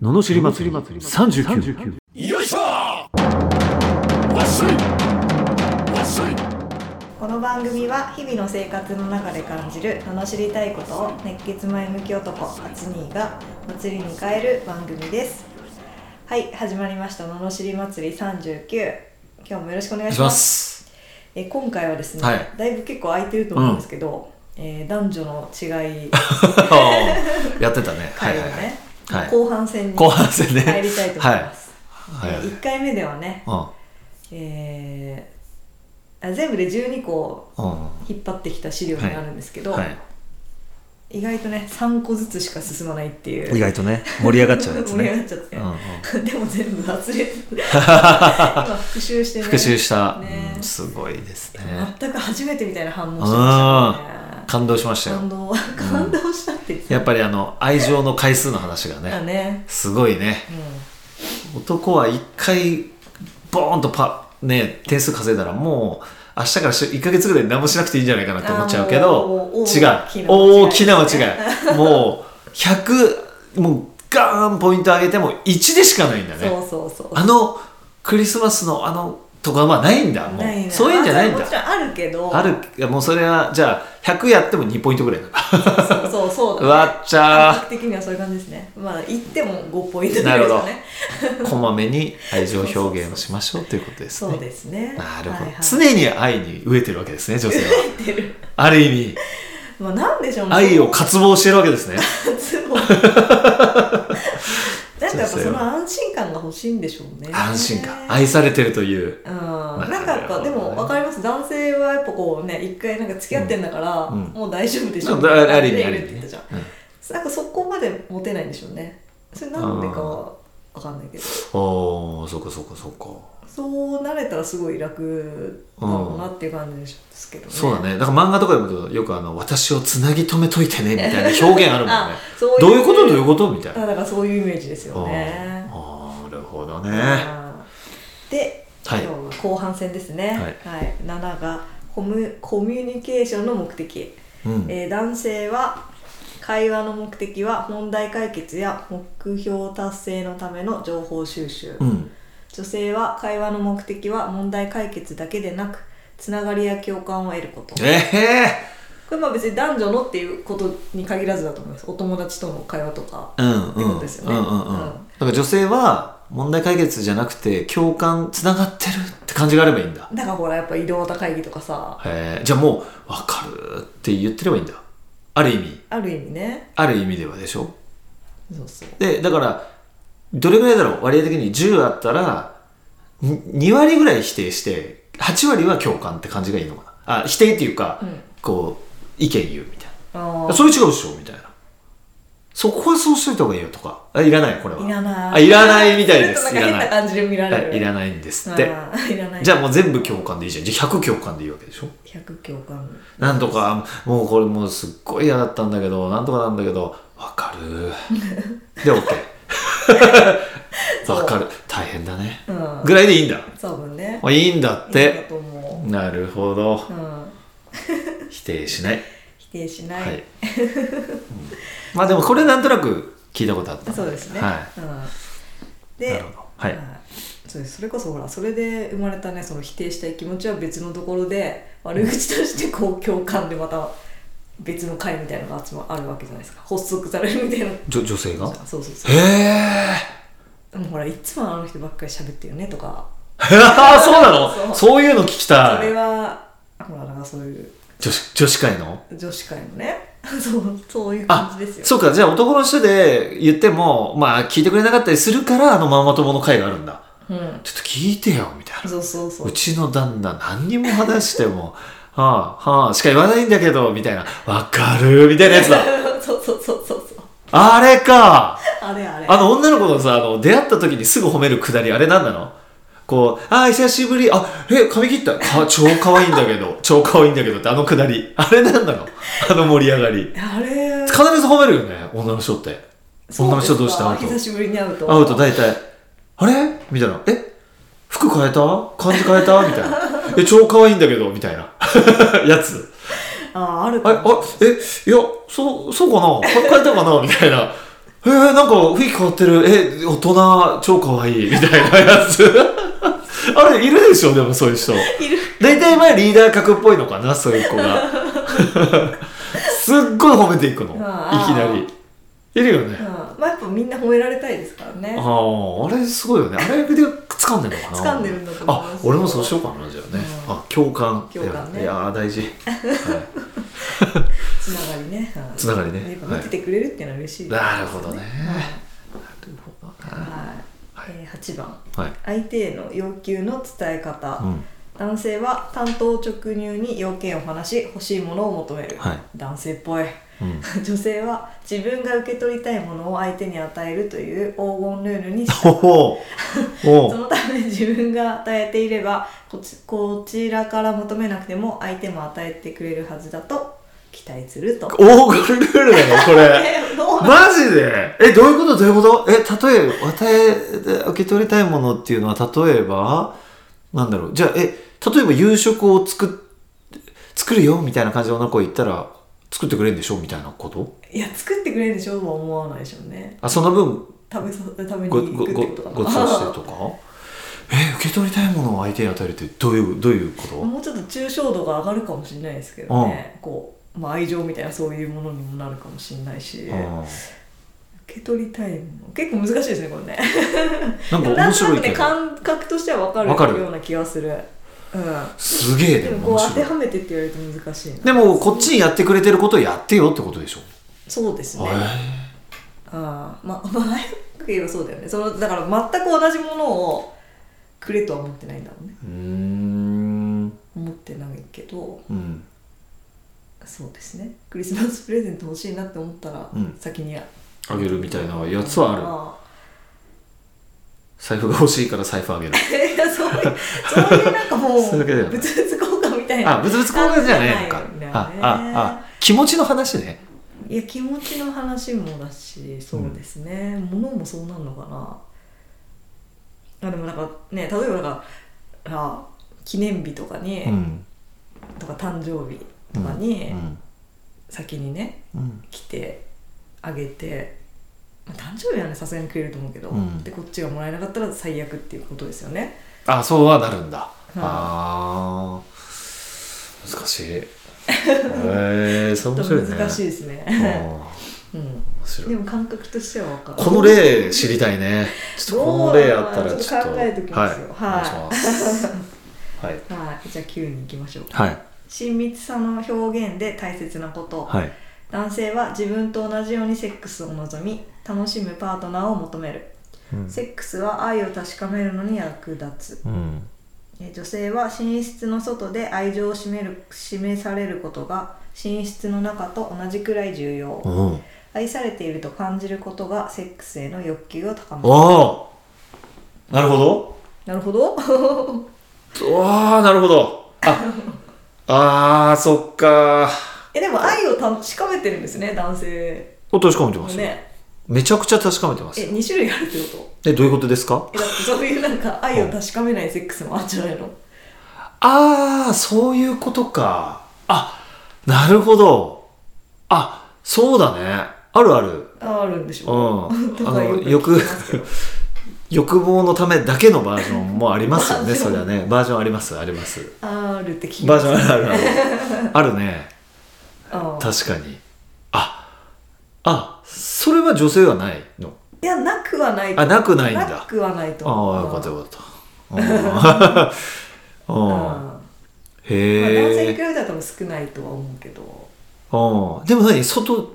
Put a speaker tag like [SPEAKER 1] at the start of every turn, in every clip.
[SPEAKER 1] ののしり祭り39
[SPEAKER 2] よいしょわっしょいわっしょい
[SPEAKER 3] この番組は日々の生活の中で感じる罵りたいことを熱血前向き男8人が祭りに変える番組ですはい始まりました罵り祭り39今日もよろしくお願いします
[SPEAKER 2] す
[SPEAKER 3] えー今回はですね、
[SPEAKER 2] はい
[SPEAKER 3] だいぶ結構空いてると思うんですけど、えー男女の違い
[SPEAKER 2] やってたねは
[SPEAKER 3] 会
[SPEAKER 2] い
[SPEAKER 3] を
[SPEAKER 2] はい
[SPEAKER 3] ね、
[SPEAKER 2] はい
[SPEAKER 3] 後半戦に
[SPEAKER 2] 後半戦ね
[SPEAKER 3] 入りたいと思います、
[SPEAKER 2] はいはい
[SPEAKER 3] えー1回目ではね、
[SPEAKER 2] は
[SPEAKER 3] えーあ全部で12個
[SPEAKER 2] いうんうん
[SPEAKER 3] 引っ張ってきた資料になるんですけど、
[SPEAKER 2] はい
[SPEAKER 3] 意外とね3個ずつしか進まないっていう
[SPEAKER 2] 意外とね盛り上がっちゃうやつ
[SPEAKER 3] 盛り上が
[SPEAKER 2] ね
[SPEAKER 3] っちゃって、
[SPEAKER 2] うんうん
[SPEAKER 3] でも全部忘れて今復習してね
[SPEAKER 2] 復習した
[SPEAKER 3] ね
[SPEAKER 2] うんすごいですね
[SPEAKER 3] 全く初めてみたいな反応してましたね
[SPEAKER 2] 感動しました
[SPEAKER 3] 感
[SPEAKER 2] よ
[SPEAKER 3] 動感動したって言って
[SPEAKER 2] やっぱりあの愛情の回数の話が
[SPEAKER 3] た
[SPEAKER 2] ね
[SPEAKER 3] ね
[SPEAKER 2] すごいね
[SPEAKER 3] う
[SPEAKER 2] 男は一回ボーンとパね点数稼いだらもう明日からし1か月ぐらい何もしなくていいんじゃないかなって思っちゃうけ
[SPEAKER 3] あー
[SPEAKER 2] ど
[SPEAKER 3] もう
[SPEAKER 2] 違う
[SPEAKER 3] 大
[SPEAKER 2] 大
[SPEAKER 3] き
[SPEAKER 2] き
[SPEAKER 3] な
[SPEAKER 2] な
[SPEAKER 3] 間違い
[SPEAKER 2] 間
[SPEAKER 3] です
[SPEAKER 2] 違い
[SPEAKER 3] ね
[SPEAKER 2] もう100もうガーンポイント上げても1でしかないんだ
[SPEAKER 3] ん
[SPEAKER 2] ね
[SPEAKER 3] そうそうそう
[SPEAKER 2] あのクリスマスのあのとかはまあないんだもう
[SPEAKER 3] ないね
[SPEAKER 2] そういうんじゃないん
[SPEAKER 3] あもちろ
[SPEAKER 2] だ
[SPEAKER 3] んあるけど
[SPEAKER 2] あるいやもうそれはじゃあ100やっても2ポイントぐらいだか
[SPEAKER 3] そうそうそうだ、
[SPEAKER 2] ら
[SPEAKER 3] ね、
[SPEAKER 2] わっちゃ
[SPEAKER 3] 感覚的にはそういう感じですねまあ行っても5ポイントぐら
[SPEAKER 2] ないる
[SPEAKER 3] です
[SPEAKER 2] ほ
[SPEAKER 3] か
[SPEAKER 2] ど
[SPEAKER 3] ね
[SPEAKER 2] こまめに愛情表現をしましょうということですね
[SPEAKER 3] そうですね
[SPEAKER 2] なるほど、
[SPEAKER 3] はいはい
[SPEAKER 2] 常に愛に飢えてるわけですね女性 は
[SPEAKER 3] 言ってる
[SPEAKER 2] ある意味
[SPEAKER 3] まあなんでしょうね
[SPEAKER 2] 愛を渇望してるわけですね
[SPEAKER 3] つ もなんかやっぱその安心感が欲しいんでしょうね
[SPEAKER 2] 安心感愛されてるという
[SPEAKER 3] うん、なん
[SPEAKER 2] るほど
[SPEAKER 3] かやっぱでも分かります男性はやっぱこうね一回なんか付き合ってんだから、
[SPEAKER 2] んうん
[SPEAKER 3] もう大丈夫でし
[SPEAKER 2] な
[SPEAKER 3] ょ
[SPEAKER 2] んかあある意味
[SPEAKER 3] みた
[SPEAKER 2] あ
[SPEAKER 3] いな
[SPEAKER 2] る意
[SPEAKER 3] って
[SPEAKER 2] 味
[SPEAKER 3] 言
[SPEAKER 2] ね
[SPEAKER 3] ったじゃん、なんかそこまでモテないんでしょうねそれなんでかは分かんないけど
[SPEAKER 2] うん、おおそこそこそこ
[SPEAKER 3] そうなれたらすごい楽だろうなっていう感じですけどね、
[SPEAKER 2] そうだねだから漫画とかでもよくあの「私をつなぎ止めといてね」みた いな表現あるもんね
[SPEAKER 3] そういう
[SPEAKER 2] どういうことどういうことみたいな
[SPEAKER 3] あだからそういうイメージですよ
[SPEAKER 2] あ
[SPEAKER 3] ね
[SPEAKER 2] ーなるほどね
[SPEAKER 3] で、
[SPEAKER 2] はい
[SPEAKER 3] 今日は後半戦ですね、はい7がコムコミュニケーションの目的、
[SPEAKER 2] うん
[SPEAKER 3] えー男性は会話の目的は問題解決や目標達成のための情報収集、
[SPEAKER 2] うん
[SPEAKER 3] 女性は会話の目的は問題解決だけでなくつながりや共感を得ること
[SPEAKER 2] ええ
[SPEAKER 3] これまあ別に男女のっていうことに限らずだと思いますお友達との会話とか
[SPEAKER 2] うんうん
[SPEAKER 3] てことですよね
[SPEAKER 2] うんうんうん
[SPEAKER 3] うん
[SPEAKER 2] だから女性は問題解決じゃなくて共感つながってるって感じがあればいいんだ
[SPEAKER 3] だからほらやっぱ移動会議とかさ
[SPEAKER 2] へえじゃあもう分かるって言ってればいいんだある意味
[SPEAKER 3] ある意味ね
[SPEAKER 2] ある意味ではでしょ
[SPEAKER 3] そうそう
[SPEAKER 2] でだからどれぐらいだろう割合的に10あったらに2割ぐらい否定して8割は共感って感じがいいのかなあ否定っていうか、
[SPEAKER 3] うん
[SPEAKER 2] こう意見言うみたい
[SPEAKER 3] あ
[SPEAKER 2] な
[SPEAKER 3] ー
[SPEAKER 2] それ違うでしょみたいなそこはそうしといた方がいいよとかあいらないこれはい
[SPEAKER 3] らない
[SPEAKER 2] あいらないみたいです
[SPEAKER 3] それとなんか変な感じで見られる、
[SPEAKER 2] はい、いらないんですって
[SPEAKER 3] あーいらない
[SPEAKER 2] じゃあもう全部共感でいいじゃんじゃあ100共感でいいわけでしょ
[SPEAKER 3] 100共感
[SPEAKER 2] なんとかもうこれもうすっごい嫌だったんだけどなんとかなんだけどわか るで OK
[SPEAKER 3] そう
[SPEAKER 2] わかる大変だね、
[SPEAKER 3] うん
[SPEAKER 2] ぐらいでいいんだ
[SPEAKER 3] 多分ね
[SPEAKER 2] あいいんだっ
[SPEAKER 3] いいんだ
[SPEAKER 2] て
[SPEAKER 3] と思
[SPEAKER 2] なるほど
[SPEAKER 3] う、うん、
[SPEAKER 2] 否定しない
[SPEAKER 3] 否定しない、
[SPEAKER 2] はい、うんまあでもこれなんとなく聞いたことあった
[SPEAKER 3] そうですね、
[SPEAKER 2] は
[SPEAKER 3] うん、
[SPEAKER 2] いな
[SPEAKER 3] で
[SPEAKER 2] るほどはい
[SPEAKER 3] そうですそれこそほらそれで生まれたねその否定したい気持ちは別のところで悪口としてこう共感でまた別の会みたいなのが集まあるわけじゃないですか発足されるみたいな
[SPEAKER 2] じょ女性が
[SPEAKER 3] そうそうそう
[SPEAKER 2] へえ
[SPEAKER 3] でもほらいつもあの人ばっかり喋ってるよねとか
[SPEAKER 2] ああそうなの
[SPEAKER 3] そう
[SPEAKER 2] そういうの聞き
[SPEAKER 3] そ
[SPEAKER 2] た
[SPEAKER 3] れ
[SPEAKER 2] い
[SPEAKER 3] はほらなんかそういう
[SPEAKER 2] 女子女子会の
[SPEAKER 3] 女子会のね そうそういう感
[SPEAKER 2] あ
[SPEAKER 3] じですよ
[SPEAKER 2] そうかじゃあ男の人で言ってもまあ聞いてくれなかったりするからあのママ友の会があるんだ
[SPEAKER 3] うん、
[SPEAKER 2] ちょっと聞いてよみたいな
[SPEAKER 3] そうそうそう
[SPEAKER 2] うちの旦那何にも話しても はあはあしか言わないんだけどみたいなわかるみたいなやつだ
[SPEAKER 3] そうそうそうそうそう
[SPEAKER 2] あれか
[SPEAKER 3] あれあ れ
[SPEAKER 2] あの女の子のさあの出会った時にすぐ褒めるくだりあれなんなのこう、あー、久しぶり、あ、え、髪切った、か超可愛いんだけど、 超可愛いんだけどって、あのくだり。あれなんなの あの盛り上がり。
[SPEAKER 3] あれ
[SPEAKER 2] 必ず褒めるよね、女の人って。女の人同士で会うと
[SPEAKER 3] そうですか久しぶりに会うと
[SPEAKER 2] 会うと大体、あれみたいな。え服変えた感じ変えたみたいな。え、超可愛いんだけど、みたいな。 やつ。
[SPEAKER 3] ああある
[SPEAKER 2] あ、
[SPEAKER 3] かも
[SPEAKER 2] あ、え、いや、そう、そうかなか変えたかなみたいな。えー、なんか雰囲気変わってるえ大人超可愛いみたいなやつあれいるでしょでもそういう人
[SPEAKER 3] いる
[SPEAKER 2] 大体前リーダー格っぽいのかなそういう子がすっごい褒めていくのいき
[SPEAKER 3] あー
[SPEAKER 2] なりいるよね、
[SPEAKER 3] うんまあやっぱみんな褒められたいですからね
[SPEAKER 2] あああれすごいよねあれで掴んでるのかな
[SPEAKER 3] 掴んでるんだと思いま
[SPEAKER 2] あ
[SPEAKER 3] す
[SPEAKER 2] 俺もそうしようかなじゃあね、
[SPEAKER 3] うん
[SPEAKER 2] あ共感
[SPEAKER 3] 共感ね
[SPEAKER 2] いやー大事、は
[SPEAKER 3] つながりねうん
[SPEAKER 2] つながりね
[SPEAKER 3] やっぱ見ててくれるっていうのは嬉しい
[SPEAKER 2] い、
[SPEAKER 3] です
[SPEAKER 2] なるほどね
[SPEAKER 3] はい、えー、8番
[SPEAKER 2] はい、
[SPEAKER 3] 相手への要求の伝え方、
[SPEAKER 2] うん、
[SPEAKER 3] 男性は担当直入に要件を話し欲しいものを求める、
[SPEAKER 2] はい
[SPEAKER 3] 男性っぽい
[SPEAKER 2] うん
[SPEAKER 3] 女性は自分が受け取りたいものを相手に与えるという黄金ルールに
[SPEAKER 2] お
[SPEAKER 3] 従う
[SPEAKER 2] お
[SPEAKER 3] そ
[SPEAKER 2] お
[SPEAKER 3] のため自分が与えていればこちこちらから求めなくても相手も与えてくれるはずだと期待すると。
[SPEAKER 2] お黄金ルールだよこれ
[SPEAKER 3] えどう
[SPEAKER 2] マジでえどういうことどういうことえ例えば与え受け取りたいものっていうのは例えばなんだろうじゃあえ例えば夕食を作っ作るよみたいな感じで女の子が言ったら作ってくれるんでしょみたいなこと
[SPEAKER 3] いや作ってくれるでしょうは思わないでしょうね
[SPEAKER 2] あその分
[SPEAKER 3] 食べさ食べに
[SPEAKER 2] ご
[SPEAKER 3] 行
[SPEAKER 2] ご
[SPEAKER 3] くっ
[SPEAKER 2] ご
[SPEAKER 3] てことかな
[SPEAKER 2] ごちそうしてとかえ受け取りたいものを相手に与えるってどういうどういうこと、
[SPEAKER 3] もうちょっと抽象度が上がるかもしれないですけどね、こう、まあ、愛情みたいなそういうものにもなるかもしれないし、
[SPEAKER 2] あ
[SPEAKER 3] 受け取りたいもの結構難しいですねこれね
[SPEAKER 2] ー
[SPEAKER 3] で
[SPEAKER 2] な
[SPEAKER 3] も
[SPEAKER 2] んか
[SPEAKER 3] な
[SPEAKER 2] 面
[SPEAKER 3] んと
[SPEAKER 2] 白
[SPEAKER 3] ないくね
[SPEAKER 2] けど
[SPEAKER 3] 感覚としては分
[SPEAKER 2] わ
[SPEAKER 3] か
[SPEAKER 2] か
[SPEAKER 3] る
[SPEAKER 2] る
[SPEAKER 3] ような気がするうん
[SPEAKER 2] すげえ
[SPEAKER 3] で
[SPEAKER 2] で
[SPEAKER 3] も
[SPEAKER 2] も
[SPEAKER 3] こう
[SPEAKER 2] 面
[SPEAKER 3] 当
[SPEAKER 2] 白
[SPEAKER 3] て
[SPEAKER 2] い
[SPEAKER 3] はめてって言われると難しいな
[SPEAKER 2] でもこっちにやってくれてることをやってよってことでしょ
[SPEAKER 3] そうですね
[SPEAKER 2] へー
[SPEAKER 3] あーま あまあ早く言えばそうだよねそのだから全く同じものをくれとは思ってないんだろうね
[SPEAKER 2] うーん
[SPEAKER 3] 思ってないけど
[SPEAKER 2] うん
[SPEAKER 3] そうですねクリスマスプレゼント欲しいなって思ったら、
[SPEAKER 2] うん
[SPEAKER 3] 先にや
[SPEAKER 2] あげるみたいなやつはある
[SPEAKER 3] ある
[SPEAKER 2] 財布が欲しいから財布あ げる
[SPEAKER 3] いやそういうそういうなんかもう
[SPEAKER 2] それだけだよね
[SPEAKER 3] 物々交換みたい
[SPEAKER 2] あ
[SPEAKER 3] な
[SPEAKER 2] 物々交換じゃないのか
[SPEAKER 3] 感じじゃ
[SPEAKER 2] あ
[SPEAKER 3] ないよね
[SPEAKER 2] ああ気持ちの話ね
[SPEAKER 3] いや気持ちの話もだしそうですね、物もそうなんのかなあでもなんかね例えばなんかあ記念日とかに、
[SPEAKER 2] うん
[SPEAKER 3] とか誕生日とか
[SPEAKER 2] う
[SPEAKER 3] に
[SPEAKER 2] ん
[SPEAKER 3] 先にね
[SPEAKER 2] うん
[SPEAKER 3] 来てあげて、まあ、誕生日はねさすがにくれると思うけど、
[SPEAKER 2] うん
[SPEAKER 3] でこっちがもらえなかったら最悪っていうことですよね
[SPEAKER 2] あそうはなるんだ
[SPEAKER 3] うん
[SPEAKER 2] あー難し いへえそれ面白いね
[SPEAKER 3] 難しい
[SPEAKER 2] い
[SPEAKER 3] ですね、
[SPEAKER 2] 面
[SPEAKER 3] うん
[SPEAKER 2] 白
[SPEAKER 3] で
[SPEAKER 2] い
[SPEAKER 3] も感覚としては分かる
[SPEAKER 2] この例知りたいねちょっとこの例あったら
[SPEAKER 3] どう
[SPEAKER 2] ち
[SPEAKER 3] ち
[SPEAKER 2] ょ
[SPEAKER 3] ょ
[SPEAKER 2] っ
[SPEAKER 3] っ
[SPEAKER 2] と
[SPEAKER 3] と考えときますよ
[SPEAKER 2] はいお願いします はい
[SPEAKER 3] はい、じゃあ9に行きましょうか
[SPEAKER 2] はい
[SPEAKER 3] 親密さの表現で大切なこと、
[SPEAKER 2] はい
[SPEAKER 3] 男性は自分と同じようにセックスを望み楽しむパートナーを求める、
[SPEAKER 2] うん
[SPEAKER 3] セックスは愛を確かめるのに役立つ
[SPEAKER 2] うん
[SPEAKER 3] え女性は寝室の外で愛情を示る示されることが寝室の中と同じくらい重要、
[SPEAKER 2] うん
[SPEAKER 3] 愛されていると感じることがセックスへの欲求を高める
[SPEAKER 2] おーなるほど
[SPEAKER 3] なるほど
[SPEAKER 2] ああなるほどああーそっか
[SPEAKER 3] えでも愛を確かめてるんですね男性
[SPEAKER 2] お確かめて
[SPEAKER 3] も
[SPEAKER 2] ますよ、
[SPEAKER 3] ね
[SPEAKER 2] めちゃくちゃ確かめてます
[SPEAKER 3] え
[SPEAKER 2] よ
[SPEAKER 3] 2種類あるってこと
[SPEAKER 2] えどういうことですか
[SPEAKER 3] えだってそういうなんか愛を確かめないセックスもあるんじゃないの
[SPEAKER 2] ああそういうことかあなるほどあそうだねあるある
[SPEAKER 3] ああるんでし
[SPEAKER 2] う
[SPEAKER 3] ょ
[SPEAKER 2] ん
[SPEAKER 3] と
[SPEAKER 2] あ
[SPEAKER 3] か
[SPEAKER 2] の
[SPEAKER 3] よく
[SPEAKER 2] 欲
[SPEAKER 3] 聞きますけど
[SPEAKER 2] 欲望のためだけのバージョンもありますよ ねそれはねバージョンありますあります
[SPEAKER 3] あるって聞き
[SPEAKER 2] バ
[SPEAKER 3] ま
[SPEAKER 2] ー
[SPEAKER 3] す
[SPEAKER 2] ジョンあ るあるあるあるね
[SPEAKER 3] あー
[SPEAKER 2] 確かにああそれは女性はないの
[SPEAKER 3] いやなくはない
[SPEAKER 2] あなくないん
[SPEAKER 3] な
[SPEAKER 2] だ
[SPEAKER 3] くはないと思う
[SPEAKER 2] ああよかった
[SPEAKER 3] うん
[SPEAKER 2] よかった う
[SPEAKER 3] うん
[SPEAKER 2] うん
[SPEAKER 3] まあ男性
[SPEAKER 2] へ
[SPEAKER 3] に比
[SPEAKER 2] え
[SPEAKER 3] べたら多分少ないとは思うけど
[SPEAKER 2] うんでも何外ん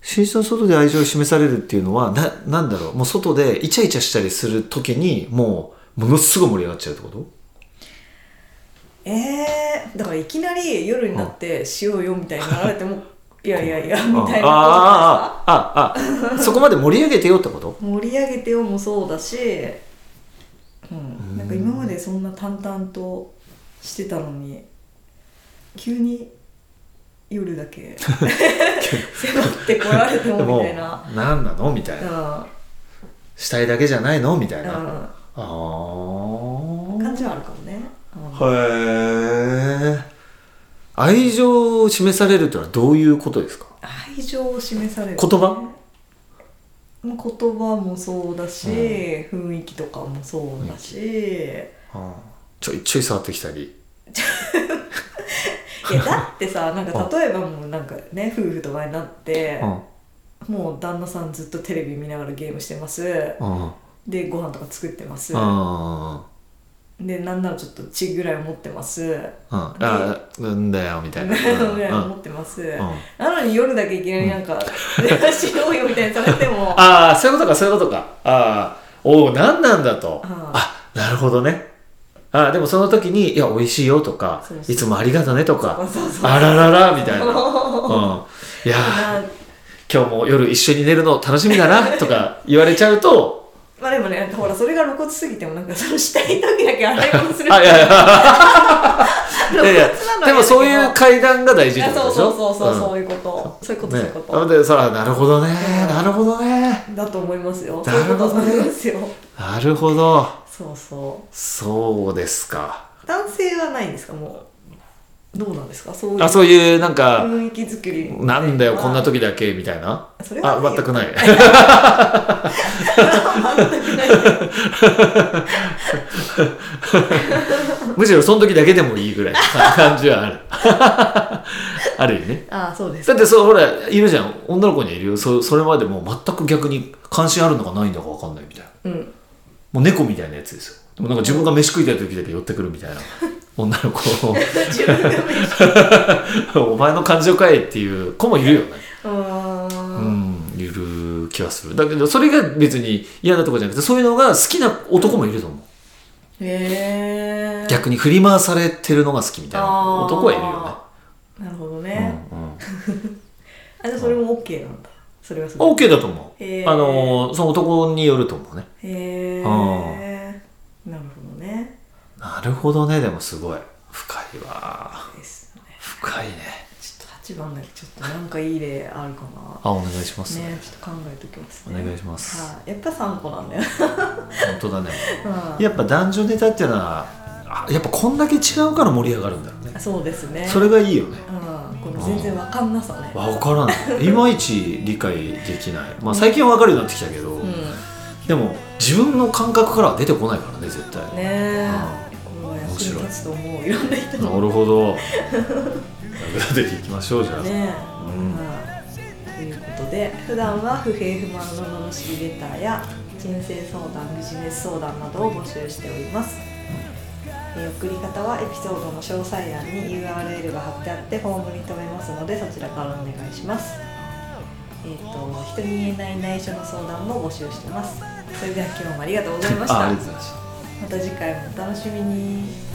[SPEAKER 2] 寝室の外で愛情を示されるっていうのはななんだろうもう外でイチャイチャしたりする時にもうものすごい盛り上がっちゃうってこと
[SPEAKER 3] えー、だからいきなり夜になってしようよみたいになられ てもいやいやいやみ
[SPEAKER 2] ああ
[SPEAKER 3] たいな
[SPEAKER 2] あああああそこまで盛り上げてよってこと
[SPEAKER 3] こと盛り上げてよもそうだし、うん、なんか今までそんな淡々としてたのに急に夜だけ迫ってこられて
[SPEAKER 2] で
[SPEAKER 3] も
[SPEAKER 2] も
[SPEAKER 3] みたいな。
[SPEAKER 2] 何なのみたいなしたいだけじゃないのみたいなあ
[SPEAKER 3] う
[SPEAKER 2] あ
[SPEAKER 3] ん、うん、感じはあるかもね、うん
[SPEAKER 2] へえ愛情を示されるというのはどういうことですか
[SPEAKER 3] 愛情を示される
[SPEAKER 2] 言葉
[SPEAKER 3] 言葉もそうだし、雰囲気とかもそうだし、
[SPEAKER 2] うんちょいちょい触ってきたり
[SPEAKER 3] いやだってさなんか例えばもうなんかね夫婦とかになって
[SPEAKER 2] う、ん
[SPEAKER 3] もう旦那さんずっとテレビ見ながらゲームしてます、
[SPEAKER 2] うんうん
[SPEAKER 3] でご飯とか作ってます、
[SPEAKER 2] うん
[SPEAKER 3] でなんならちょっと血ぐらい持ってます、
[SPEAKER 2] あーなんだよみたいな
[SPEAKER 3] ぐらい持ってます、
[SPEAKER 2] うん
[SPEAKER 3] なのに夜だけいきなりなんか「 出しようよ」みたいにされても
[SPEAKER 2] ああそういうことかそういうことかああおお何なんだと
[SPEAKER 3] うん
[SPEAKER 2] あなるほどねああでもその時に「いや美味しいよ」とか
[SPEAKER 3] そうそう
[SPEAKER 2] いつもありがとね」とか
[SPEAKER 3] そうそうそう
[SPEAKER 2] あららら」みたいな「うん、いや
[SPEAKER 3] な
[SPEAKER 2] 今日も夜一緒に寝るの楽しみだな」と か言われちゃうと
[SPEAKER 3] まあでもねなんかほらそれが露骨すぎてもなんかそのしたい時だけ洗い物す
[SPEAKER 2] 「
[SPEAKER 3] る
[SPEAKER 2] あいや いや
[SPEAKER 3] 露
[SPEAKER 2] いやい
[SPEAKER 3] 骨
[SPEAKER 2] や
[SPEAKER 3] なの
[SPEAKER 2] でもそういう階段が大事って
[SPEAKER 3] あ
[SPEAKER 2] こと
[SPEAKER 3] そ
[SPEAKER 2] でしょ
[SPEAKER 3] うそうそうそうそう
[SPEAKER 2] う
[SPEAKER 3] いうこと、そういうこと
[SPEAKER 2] ん
[SPEAKER 3] そうい
[SPEAKER 2] ね
[SPEAKER 3] うこ
[SPEAKER 2] なの
[SPEAKER 3] と、
[SPEAKER 2] でそらなるほどねなるほどね
[SPEAKER 3] だと思いますよ
[SPEAKER 2] なるほどね
[SPEAKER 3] そういうことだと思いますよ
[SPEAKER 2] なるほど
[SPEAKER 3] そうそ
[SPEAKER 2] そうですか
[SPEAKER 3] う男性はないんですかもうどうなんですかそういう
[SPEAKER 2] あそういうなんか、
[SPEAKER 3] 雰囲気作 り
[SPEAKER 2] なんだよ、こんな時だけ、みたいな。
[SPEAKER 3] それは
[SPEAKER 2] あ、
[SPEAKER 3] ないよ
[SPEAKER 2] 全くない。
[SPEAKER 3] 全くない
[SPEAKER 2] むしろその時だけでもいいぐ らいな感じはある。 あるよね。
[SPEAKER 3] あそうです
[SPEAKER 2] だってそう、ほら、いるじゃん。女の子にはいるよ。そそれまでもう全く逆に関心あるのかないのかわかんないみたいな。
[SPEAKER 3] うん
[SPEAKER 2] もう猫みたいなやつですよ。でもなんか自分が飯食いたい時だけ寄ってくるみたいな。女の子
[SPEAKER 3] 自分が飯
[SPEAKER 2] を お前の感情かいっていう子もいるよね。
[SPEAKER 3] うー
[SPEAKER 2] うんん、いる気がする。だけど、それが別に嫌なとかじゃなくて、そういうのが好きな男もいると思う。
[SPEAKER 3] へえ
[SPEAKER 2] 逆に振り回されてるのが好きみたいな男はいるよ
[SPEAKER 3] なるほど
[SPEAKER 2] ね
[SPEAKER 3] ね、。
[SPEAKER 2] うんうん、
[SPEAKER 3] あじゃあそれも OK なんだそれはそれ
[SPEAKER 2] OK だと思う、
[SPEAKER 3] へー
[SPEAKER 2] あのーその男によると思うね
[SPEAKER 3] へえ
[SPEAKER 2] あ
[SPEAKER 3] なるほどね
[SPEAKER 2] なるほどねでもすごい深いわ
[SPEAKER 3] ですね
[SPEAKER 2] 深いね
[SPEAKER 3] ちょっと8番だけちょっとなんかいい例あるかな
[SPEAKER 2] あお願いします、
[SPEAKER 3] ねちょっと考えときますね
[SPEAKER 2] お願いします
[SPEAKER 3] はいやっぱ3個なんだよ、
[SPEAKER 2] 本当だね
[SPEAKER 3] うん
[SPEAKER 2] やっぱ男女ネタっていうのはあやっぱこんだけ違うから盛り上がるんだろうね
[SPEAKER 3] そうですね
[SPEAKER 2] それがいいよね
[SPEAKER 3] うん、この全然わかんなさね
[SPEAKER 2] 分からないいまいち理解できないまあ最近は分かるようになってきたけど、
[SPEAKER 3] うん
[SPEAKER 2] でも自分の感覚からは出てこないからね絶対
[SPEAKER 3] ねえ
[SPEAKER 2] あ
[SPEAKER 3] これは役に立つと思ういろんな人
[SPEAKER 2] なるほ ど。役立てていきましょうじゃあ。
[SPEAKER 3] ね
[SPEAKER 2] うん
[SPEAKER 3] まあということで普段は不平不満の罵りレターや人生相談ビジネス相談などを募集しております、えー送り方はエピソードの詳細欄に URL が貼ってあってフォームに留めますのでそちらからお願いしますえっ、と人に言えない内緒の相談も募集してますそれでは今日もありがとうございました
[SPEAKER 2] ああり
[SPEAKER 3] ま
[SPEAKER 2] がとうございました。
[SPEAKER 3] た次回もお楽しみに